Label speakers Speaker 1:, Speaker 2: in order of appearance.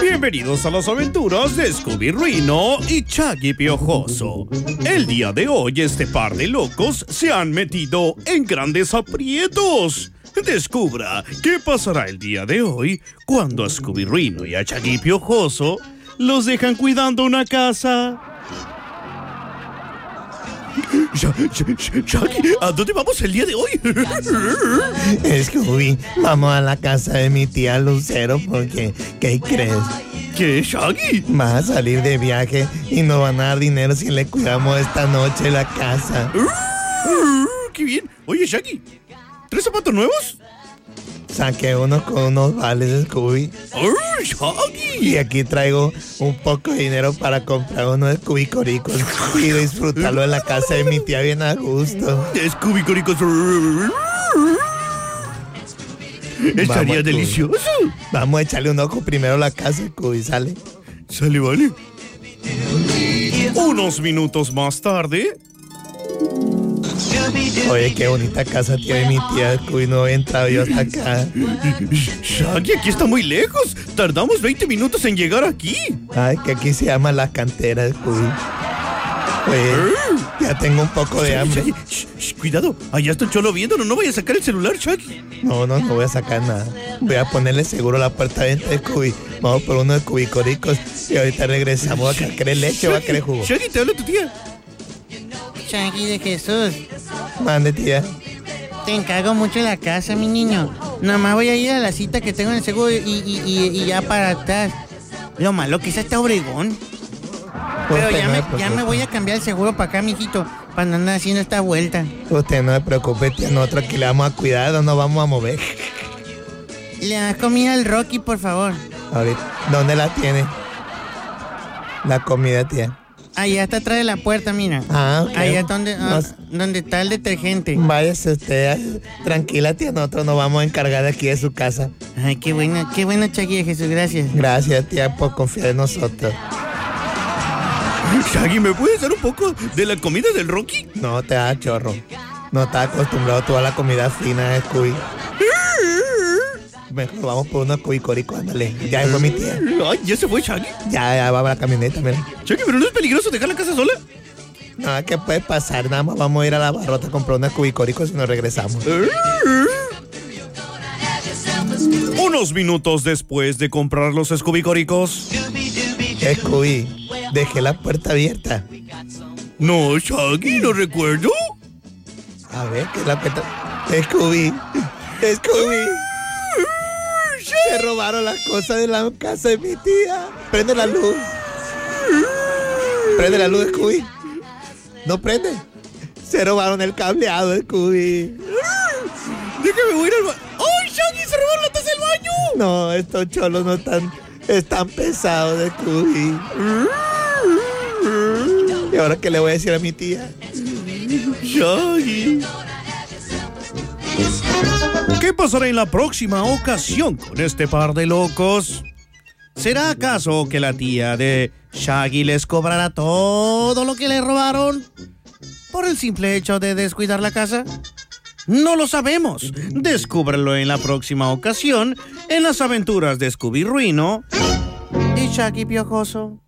Speaker 1: bienvenidos a las aventuras de Scooby Ruino y Chaggy Piojoso. El día de hoy este par de locos se han metido en grandes aprietos. Descubra qué pasará el día de hoy cuando a Scooby Ruino y a Chaggy Piojoso los dejan cuidando una casa. Ya- ya- ya- Shaggy, ¿a dónde vamos el día de hoy?
Speaker 2: Scooby, vamos a la casa de mi tía Lucero porque, ¿qué crees?
Speaker 1: ¿Qué, Shaggy?
Speaker 2: Va a salir de viaje y no van a dar dinero si le cuidamos esta noche la casa.
Speaker 1: ¡Uh! ¡Qué bien! Oye, Shaggy, ¿tres zapatos nuevos?
Speaker 2: Saqué unos con unos vales, Scooby.
Speaker 1: ¡Uh,
Speaker 2: Y
Speaker 1: Shaggy!
Speaker 2: aquí traigo un poco de dinero para comprar unos Scooby Coricos y disfrutarlo en la casa de mi tía bien a gusto.
Speaker 1: ¡Scooby Coricos! Estaría
Speaker 2: Scooby.
Speaker 1: delicioso.
Speaker 2: Vamos a echarle un ojo primero a la casa, Scooby, ¿sale?
Speaker 1: Sale, vale. Unos minutos más tarde.
Speaker 2: Oye, qué bonita casa tiene mi tía, Scooby, no he entrado yo hasta acá.
Speaker 1: Shaggy, aquí está muy lejos. Tardamos 20 minutos en llegar aquí.
Speaker 2: Ay, que aquí se llama la cantera, Scooby. Oye, ya tengo un poco de
Speaker 1: Shaggy,
Speaker 2: hambre.
Speaker 1: Shaggy, shh, shh, cuidado, allá está el cholo viéndonos. No vaya a sacar el celular, Shaggy.
Speaker 2: No, no, no voy a sacar nada. Voy a ponerle seguro la puerta adentro de Scooby. Vamos por uno de cubicoricos y ahorita regresamos. ¿Va a querer leche o va a querer jugo?
Speaker 1: Shaggy, te habla tu tía.
Speaker 3: Chagui de Jesús,
Speaker 2: Mande, tía.
Speaker 3: te encargo mucho la casa, mi niño. Nomás voy a ir a la cita que tengo en el seguro y, y- y- y ya para atrás. Lo malo que es hasta Obregón. Pero
Speaker 2: Usted
Speaker 3: ya
Speaker 2: no
Speaker 3: me,
Speaker 2: se
Speaker 3: ya me
Speaker 2: preocupe.
Speaker 3: voy a cambiar el seguro para acá, mijito, para no andar haciendo esta vuelta.
Speaker 2: Usted no se preocupe, tía. Nosotros aquí le vamos a cuidar, no nos vamos a mover.
Speaker 3: Le das comida al Rocky, por favor.
Speaker 2: Ahorita, ¿dónde la tiene? La comida, tía.
Speaker 3: Allá está atrás de la puerta, mira.
Speaker 2: Ah, ok. Mm.
Speaker 3: Allá es donde, ah,
Speaker 2: Nos-
Speaker 3: donde está el detergente.
Speaker 2: Váyase usted, ah, tranquila, tía. Nosotros nos vamos a encargar de aquí de su casa.
Speaker 3: Ay, qué buena, qué buena Chagui de Jesús, gracias.
Speaker 2: Gracias, tía, por confiar en nosotros.
Speaker 1: Shaggy, ¿me puedes dar un poco de la comida del Rocky?
Speaker 2: No te da chorro. No estás acostumbrado a toda la comida fina de Scooby. Mejor vamos por unos cubicoricos, ándale. Ya fue mi tía.
Speaker 1: Ay, ya se fue Shaggy.
Speaker 2: Ya, ya va para la camioneta, mira.
Speaker 1: Shaggy, pero no es peligroso dejar la casa sola.
Speaker 2: Nada que puede pasar, nada más vamos a ir a la barrota a comprar unos cubicoricos y nos regresamos.
Speaker 1: Unos minutos después de comprar los escubicoricos.
Speaker 2: Scooby, dejé la puerta abierta.
Speaker 1: No, Shaggy, no recuerdo.
Speaker 2: A ver, ¿qué es la puerta? Scooby, Scooby. Se robaron las cosas de la casa de mi tía. Prende la luz. Prende la luz, Scooby. No prende. Se robaron el cableado, Scooby.
Speaker 1: Déjame voy a ir al baño. ¡Ay, Shaggy, se robaron la taza del baño!
Speaker 2: No, estos cholos no están, están pesados, Scooby. ¿Y ahora qué le voy a decir a mi tía?
Speaker 1: Shaggy. ¿Qué pasará en la próxima ocasión con este par de locos? ¿Será acaso que la tía de Shaggy les cobrará todo lo que le robaron por el simple hecho de descuidar la casa? No lo sabemos. Descúbrelo en la próxima ocasión en las aventuras de Scooby Ruino y Shaggy Piojoso.